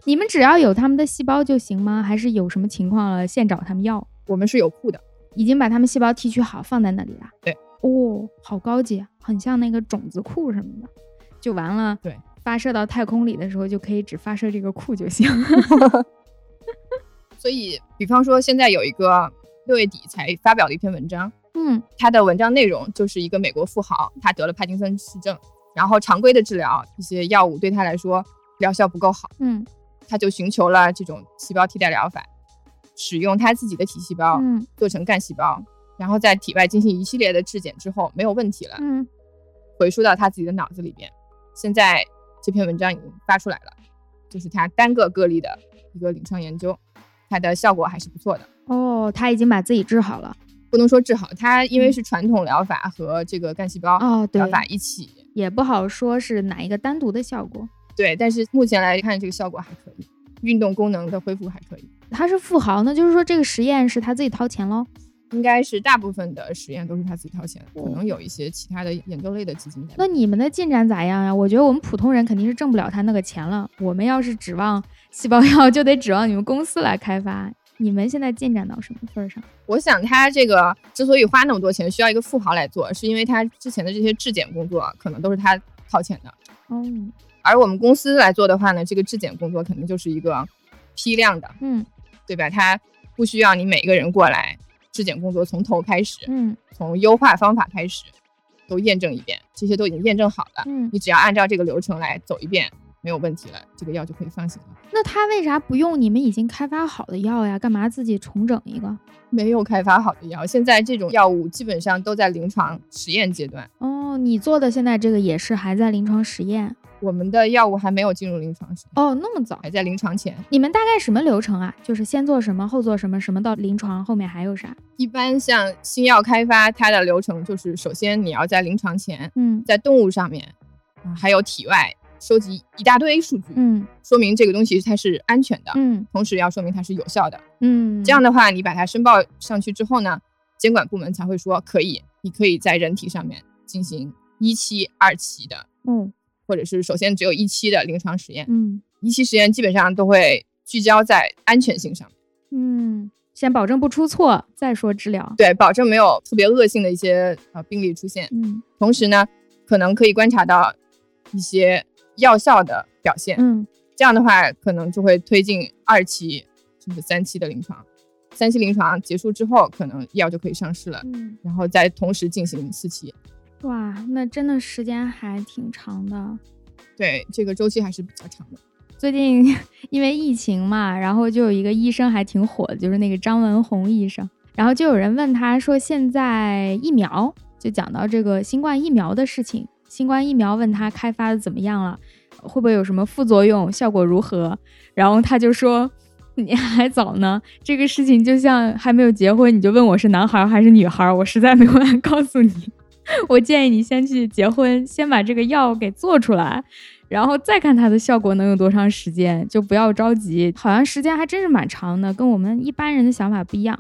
你们只要有他们的细胞就行吗？还是有什么情况了现找他们要？
我们是有库的。
已经把他们细胞提取好放在那里了。
对，
哦，好高级，啊，很像那个种子库什么的，就完了。
对，
发射到太空里的时候就可以只发射这个库就
*laughs*
行。
所以，比方说现在有一个六月底才发表的一篇文章，
嗯
他的文章内容就是一个美国富豪，他得了帕金森氏症，然后常规的治疗一些药物对他来说疗效不够好，
嗯
他就寻求了这种细胞替代疗法，使用他自己的体细胞
嗯
做成干细胞，然后在体外进行一系列的质检之后没有问题了，
嗯，
回输到他自己的脑子里边。现在这篇文章已经发出来了，就是他单个个例的一个临床研究，它的效果还是不错的。
哦，他已经把自己治好了。
不能说治好，它因为
嗯
是传统疗法和这个干细胞
哦，对
疗，法一起，
也不好说是哪一个单独的效果。
对，但是目前来看这个效果还可以，运动功能的恢复还可以，
他是富豪，那就是说这个实验是他自己掏钱喽。
应该是大部分的实验都是他自己掏钱
哦
的，可能有一些其他的研究类的基金在。
那你们的进展咋样呀？我觉得我们普通人肯定是挣不了他那个钱了。我们要是指望细胞药，就得指望你们公司来开发。你们现在进展到什么份儿上？
我想他这个之所以花那么多钱，需要一个富豪来做，是因为他之前的这些质检工作可能都是他掏钱的，
哦，
而我们公司来做的话呢，这个质检工作肯定就是一个批量的，
嗯
对吧？它不需要你每个人过来质检工作从头开始，
嗯
从优化方法开始，都验证一遍，这些都已经验证好了，
嗯
你，只要按照这个流程来走一遍，没有问题了，这个药就可以放行了。
那他为啥不用你们已经开发好的药呀？干嘛自己重整一个？
没有开发好的药，现在这种药物基本上都在临床实验阶段，
哦，你做的现在这个也是还在临床实验
我们的药物还没有进入临床实验，
哦，那么早？
还在临床前。
你们大概什么流程啊？就是先做什么，后做什么，什么到临床，后面还有啥？
一般像新药开发，它的流程就是首先你要在临床前，
嗯
在动物上面，啊还有体外收集一大堆数据，
嗯
说明这个东西它是安全的，
嗯
同时要说明它是有效的。
嗯，
这样的话，你把它申报上去之后呢，监管部门才会说可以，你可以在人体上面进行一期、二期的，
哦
或者是首先只有一期的临床实验。
嗯
一期实验基本上都会聚焦在安全性上面，
嗯，先保证不出错，再说治疗。
对，保证没有特别恶性的一些呃病例出现。
嗯
同时呢，可能可以观察到一些药效的表现。
嗯
这样的话，可能就会推进二期甚至三期的临床。三期临床结束之后，可能药就可以上市了。
嗯，
然后再同时进行四期。
哇，那真的时间还挺长的。
对，这个周期还是比较长的。
最近因为疫情嘛，然后就有一个医生还挺火的，就是那个张文宏医生。然后就有人问他说，现在疫苗就讲到这个新冠疫苗的事情，新冠疫苗问他开发的怎么样了，会不会有什么副作用，效果如何？然后他就说。嗯你还早呢，这个事情就像还没有结婚，你就问我是男孩儿还是女孩儿，我实在没办法告诉你。 *laughs* 我建议你先去结婚，先把这个药给做出来，然后再看它的效果能有多长时间，就不要着急。好像时间还真是蛮长的，跟我们一般人的想法不一样。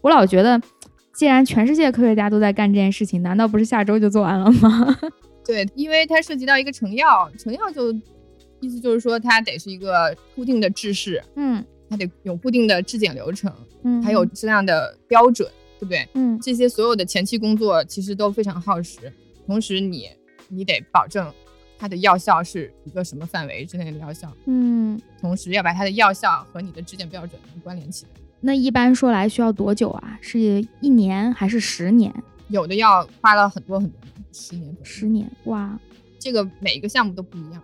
我老觉得，既然全世界科学家都在干这件事情，难道不是下周就做完了吗？
对，因为它涉及到一个成药，成药就意思就是说它得是一个固定的制式，
嗯
它得有固定的质检流程，
嗯
还有质量的标准，对不对？
嗯
这些所有的前期工作其实都非常耗时，同时你你得保证它的药效是一个什么范围之内的药效，
嗯
同时要把它的药效和你的质检标准能关联起来。
那一般说来需要多久啊？是一年还是十年？
有的要花了很多很多年，十年左右。
十年，哇，
这个每一个项目都不一样。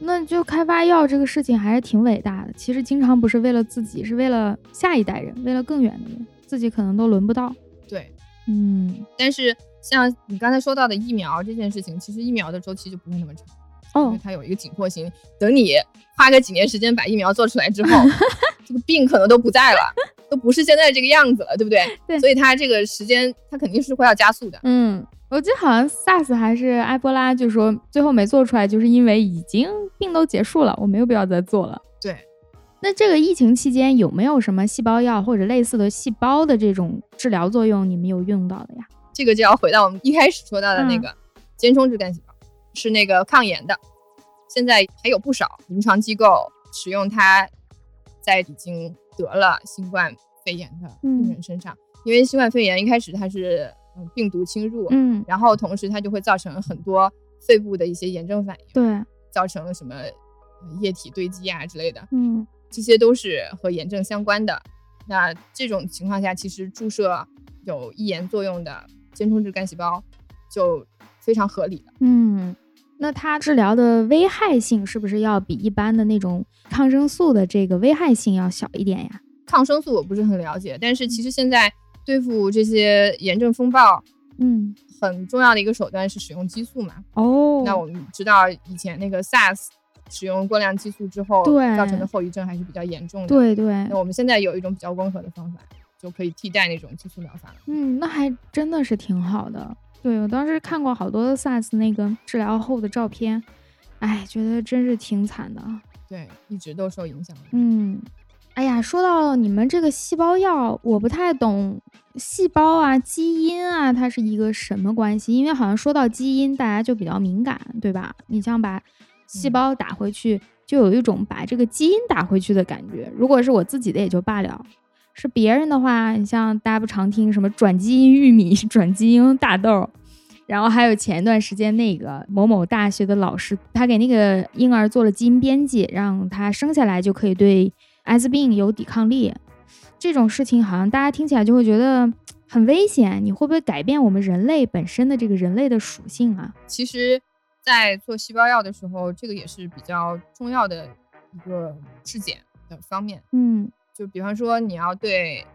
那就开发药这个事情还是挺伟大的。其实经常不是为了自己，是为了下一代人，为了更远的人，自己可能都轮不到。
对，
嗯，
但是像你刚才说到的疫苗这件事情，其实疫苗的周期就不会那么长，因
哦
为，它有一个紧迫性。等你花个几年时间把疫苗做出来
*laughs*
之后，这个病可能都不在了，都不是现在这个样子了，对不对？
对
所以它这个时间，它肯定是会要加速的。
嗯，我记得好像 SARS 还是埃博拉，就说最后没做出来，就是因为已经病都结束了，我没有必要再做了。
对，
那这个疫情期间有没有什么细胞药或者类似的细胞的这种治疗作用，你们有用到的呀？
这个就要回到我们一开始说到的那
嗯
个间充质干细胞，是那个抗炎的。现在还有不少临床机构使用它，在已经得了新冠肺炎的病人身上，因为新冠肺炎一开始它是嗯病毒侵入，
嗯，
然后同时它就会造成很多肺部的一些炎症反应，
对，
造成什么呃液体堆积啊之类的，
嗯
这些都是和炎症相关的。那这种情况下，其实注射有抑炎作用的间充质干细胞就非常合理了。
嗯。那它治疗的危害性是不是要比一般的那种抗生素的这个危害性要小一点呀？
抗生素我不是很了解，但是其实现在对付这些炎症风暴
嗯，
很重要的一个手段是使用激素嘛。
哦，
那我们知道以前那个 SARS 使用过量激素之后
对
造成的后遗症还是比较严重的。，
对对
那，我们现在有一种比较温和的方法，就可以替代那种激素疗法了。
嗯，那还真的是挺好的。对我当时看过好多 SARS 那个治疗后的照片，哎，觉得真是挺惨的。
对，一直都受影响的。
嗯，哎呀，说到你们这个细胞药，我不太懂细胞啊、基因啊，它是一个什么关系？因为好像说到基因，大家就比较敏感，对吧？你像把细
嗯
胞打回去，就有一种把这个基因打回去的感觉。如果是我自己的也就罢了。是别人的话，你像大家不常听什么转基因玉米、 *laughs* 转基因大豆，然后还有前一段时间那个某某大学的老师，他给那个婴儿做了基因编辑，让他生下来就可以对艾滋病有抵抗力。这种事情好像大家听起来就会觉得嘖很危险，你会不会改变我们人类本身的这个人类的属性啊？
其实，在做细胞药的时候，这个也是比较重要的一个质检的方面。
嗯
就比方说，你要对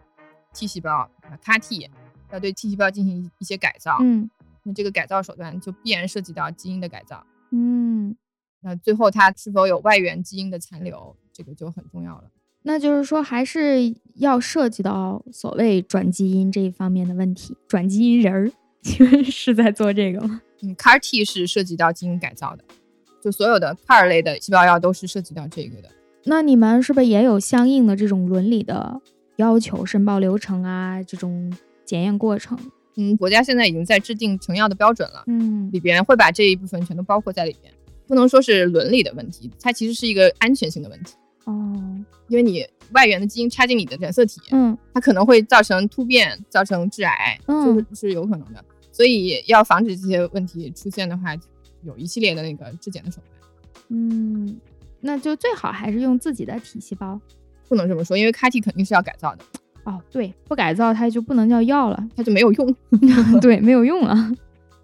T 细胞啊 CAR T，要对 T 细胞进行一些改造，
嗯
那这个改造手段就必然涉及到基因的改造。
嗯，
那最后它是否有外源基因的残留，这个就很重要了。
那就是说还是要涉及到所谓转基因这一方面的问题，转基因人儿。 *laughs* 请问是在做这个吗？
嗯，CAR T 是涉及到基因改造的，就所有的 CAR 类的细胞药都是涉及到这个的。
那你们是不是也有相应的这种伦理的要求、申报流程啊，这种检验过程？
嗯，国家现在已经在制定成药的标准了。
嗯
里边会把这一部分全都包括在里边，不能说是伦理的问题，它其实是一个安全性的问题，
哦，
因为你外源的基因插进你的染色体，
嗯
它可能会造成突变，造成致癌，
嗯
这是是有可能的。所以要防止这些问题出现的话，有一系列的那个质检的手段。
嗯，那就最好还是用自己的体细胞。
不能这么说，因为 CAR T 肯定是要改造的，
哦，对，不改造它就不能叫药了，
它就没有用。 *laughs*
对，没有用了。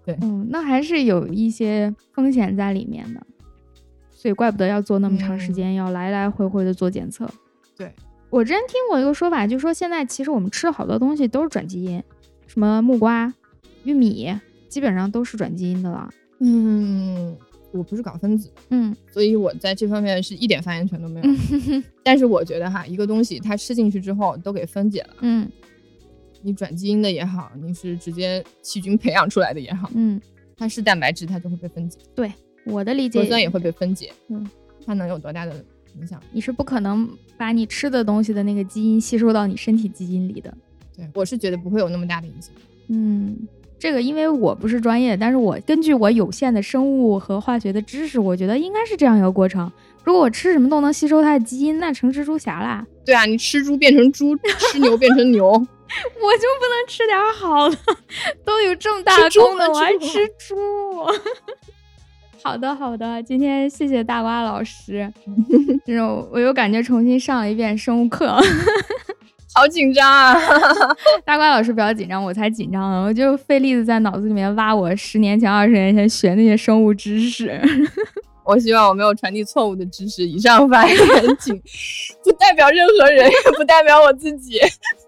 对
嗯，那还是有一些风险在里面的，所以怪不得要做那么长时
嗯
间，要来来回回的做检测。
对，
我之前听过一个说法，就说现在其实我们吃好多东西都是转基因，什么木瓜、玉米，基本上都是转基因的了。
嗯，我不是搞分子，
嗯
所以我在这方面是一点发言权都没有。 *laughs* 但是我觉得哈，一个东西它吃进去之后都给分解了。
嗯
你转基因的也好，你是直接细菌培养出来的也好，
嗯，
它是蛋白质，它就会被分解，
我的理解
核酸也会被分解，
嗯，
它能有多大的影响？
你是不可能把你吃的东西的那个基因吸收到你身体基因里的。
对我是觉得不会有那么大的影响。
嗯，这个因为我不是专业，但是我根据我有限的生物和化学的知识，我觉得应该是这样一个过程。如果我吃什么都能吸收它的基因，那成蜘蛛侠啦， *laughs*
对啊，你吃猪变成猪，吃牛变成牛， *laughs*
我就不能吃点好的？ *laughs* 都有这么大的
吃猪
功能，
呢
我还
吃
吃猪？ *laughs* 好的，好的，今天谢谢大
*laughs*
瓜老师，这种我又感觉重新上了一遍生物课。
好紧张啊！
*laughs*
*laughs*
大瓜老师比较紧张，我才紧张呢。我就费力的在脑子里面挖我十年前、二十年前学那些生物知识。
我希望我没有传递错误的知识。以上发言仅 *laughs* 不代表任何人，也不代表我自己。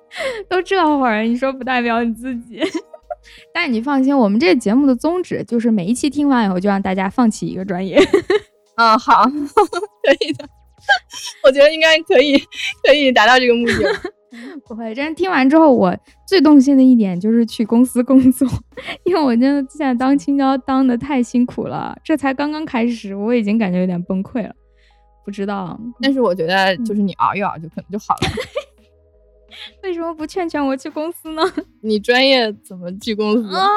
*laughs* 都这会儿，你说不代表你自己？ *laughs* 但你放心，我们这节目的宗旨就是每一期听完以后，就让大家放弃一个专业。 *laughs*
嗯，好， *laughs* 可以的。 *laughs* 我觉得应该可以，可以达到这个目的。
不会，真听完之后，我最动心的一点就是去公司工作， *laughs* 因为我真的现在当青椒当的太辛苦了，这才刚刚开始，我已经感觉有点崩溃了。不知道，
但是我觉得
嗯
就是你熬一熬就可能就好
*laughs*
了。
为什么不劝劝我去公司呢？
你专业怎么去公司？
啊，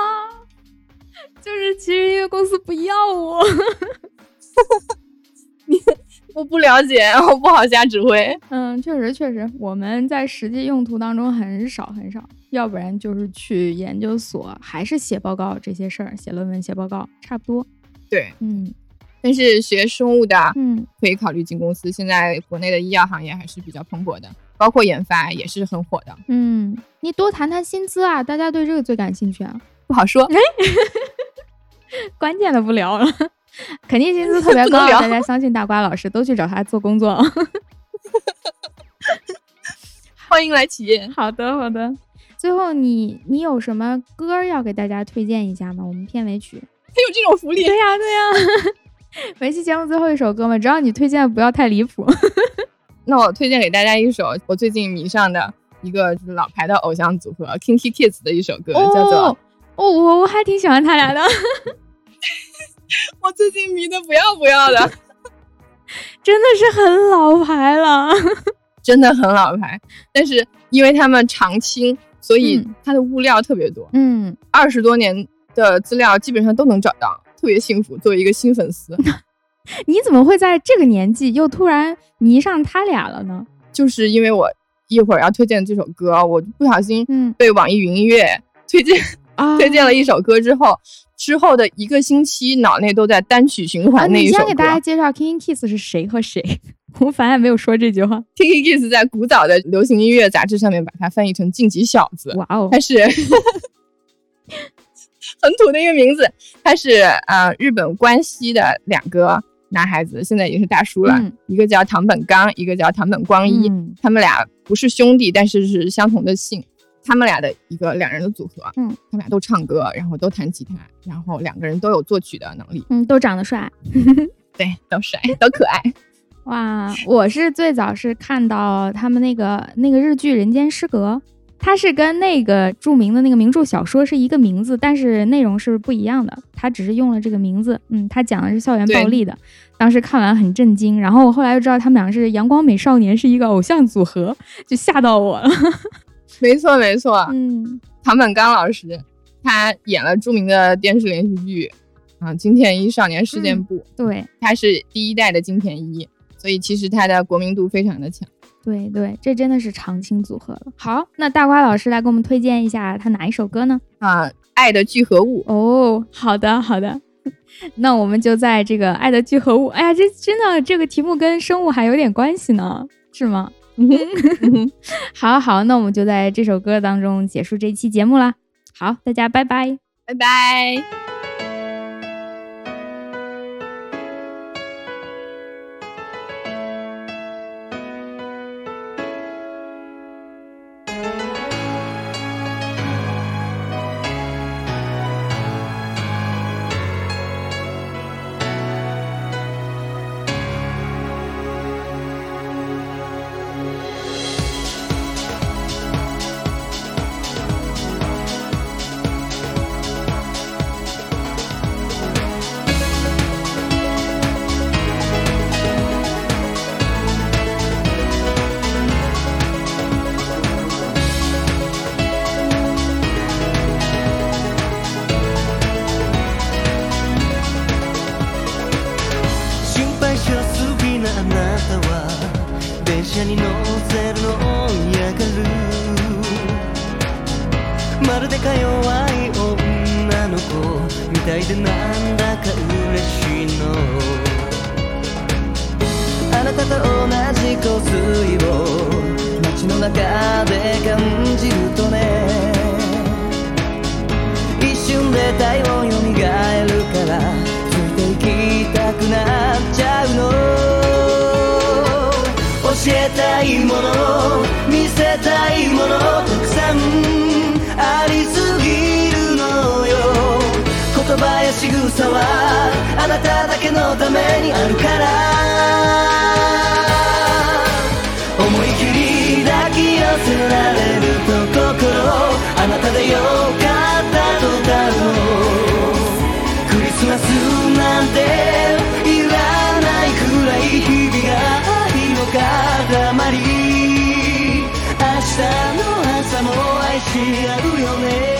*laughs* 就是其实因为公司不要我，
我不了解，我不好瞎指挥。
嗯，确实确实，我们在实际用途当中很少很少，要不然就是去研究所，还是写报告这些事儿，写论文、写报告差不多。
对，
嗯
但是学生物的
嗯，
可以考虑进公司。现在国内的医药行业还是比较蓬勃的，包括研发也是很火的。
嗯，你多谈谈薪资啊，大家对这个最感兴趣啊。 *laughs*
不好说，
关键的不聊了， *laughs* 肯定薪资特别
不
*laughs* 高
能
啊，
聊
大家相信大瓜老师都去找他做工作啊。
欢迎来企业。
*laughs* 好的，好的。最后你你有什么歌儿要给大家推荐一下吗？我们片尾曲。
还有这种福利，
对呀、对呀、 *laughs* 每期节目最后一首歌嘛，只要你推荐的不要太离谱。
那我推荐给大家一首我最近迷上的一个就是老牌的偶像组合 Kinky Kids 的一首歌，叫做
哦，哦我我还挺喜欢他俩的， *laughs*
“我最近迷的不要不要的
真的是很老牌了。”，
*laughs* 真的很老牌。但是因为他们常青，所以
嗯
它的物料特别多，
嗯，
二十、多年的资料基本上都能找到，特别幸福。作为一个新
*laughs*
粉丝，
你怎么会在这个年纪又突然迷上他俩了呢？
就是因为我一会儿要推荐这首歌，我不小心
嗯
被网易云音乐推
*laughs*
荐、
啊，
推荐了一首歌之后，之后的一个星期脑内都在单曲循
啊，
环那
你
一首
先
歌。
给大家介绍 King Kiss 是谁和谁。 *laughs* 我反正没有说这句话。
k i n k i Kids 在古早的流行音乐杂志上面把它翻译成“晋级小子
哇哦”，
*laughs* 它，是很土的一个名字。他是呃日本关西的两个男孩子，现在已经是大叔了，
嗯
一个叫唐本刚，一个叫唐本光一。
嗯
他们俩不是兄弟，但是是相同的姓。他们俩的一个两人的组合，
嗯
他们俩都唱歌，然后都弹吉他，然后两个人都有作曲的能力，
嗯，都长得帅。
对，都帅， *laughs* 都可爱。
哇，我是最早是看到他们那个那个日剧《人间失格》，它是跟那个著名的那个名著小说是一个名字，但是内容是不一样的。它只是用了这个名字，嗯，它讲的是校园暴力的。当时看完很震惊，然后我后来就知道他们俩是阳光美少年，是一个偶像组合，就吓到我了。
没错，没错。
嗯，
唐本刚老师，他演了著名的电视连续剧，啊，《金田一少年事件簿》
对
他是第一代的金田一，所以其实他的国民度非常的强。
对对，这真的是常青组合了。好，那大瓜老师来给我们推荐一下他哪一首歌呢？
啊，《爱的聚合物》
哦，好的好的， *laughs* 那我们就在这个爱的聚合物。哎呀，这真的这个题目跟生物还有点关系呢，是吗？
嗯哼嗯哼，
*laughs* 好好，那我们就在这首歌当中结束这期节目啦。好，大家拜拜。
拜拜。
心配性すぎなあなたは電車に乗せるのを嫌がるまるでか弱い女の子みたいでなんだか嬉しいのあなたと同じ香水をま街の中で感じるとね一瞬で体温よみがえるからついていきたくなっちゃうの教えたいもの見せたいものたくさんありすぎるのよ言葉や仕草はあなただけのためにあるから思い切り抱き寄せられると心あなたでよかったのだろうクリスマスなんていらないくらい日々が愛の塊明日の朝も愛し合うよね